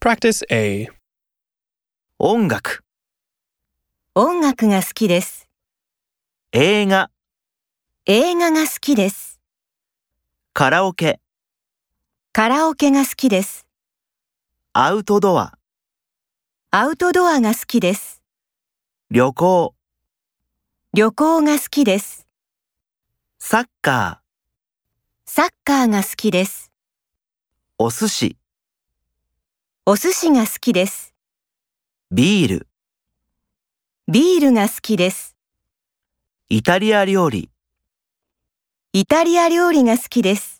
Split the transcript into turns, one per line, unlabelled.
Practice A.
音楽、
音楽が好きです。
映画、
映画が好きです。
カラオケ、
カラオケが好きです。
アウトドア、
アウトドアが好きです。
旅行、
旅行が好きです。
サッカ
サッカーが好きです。
ー、お寿司、
お寿司が好きです。
ビール、
ビールが好きです。
イタリア料理。
イタリア料理が好きです。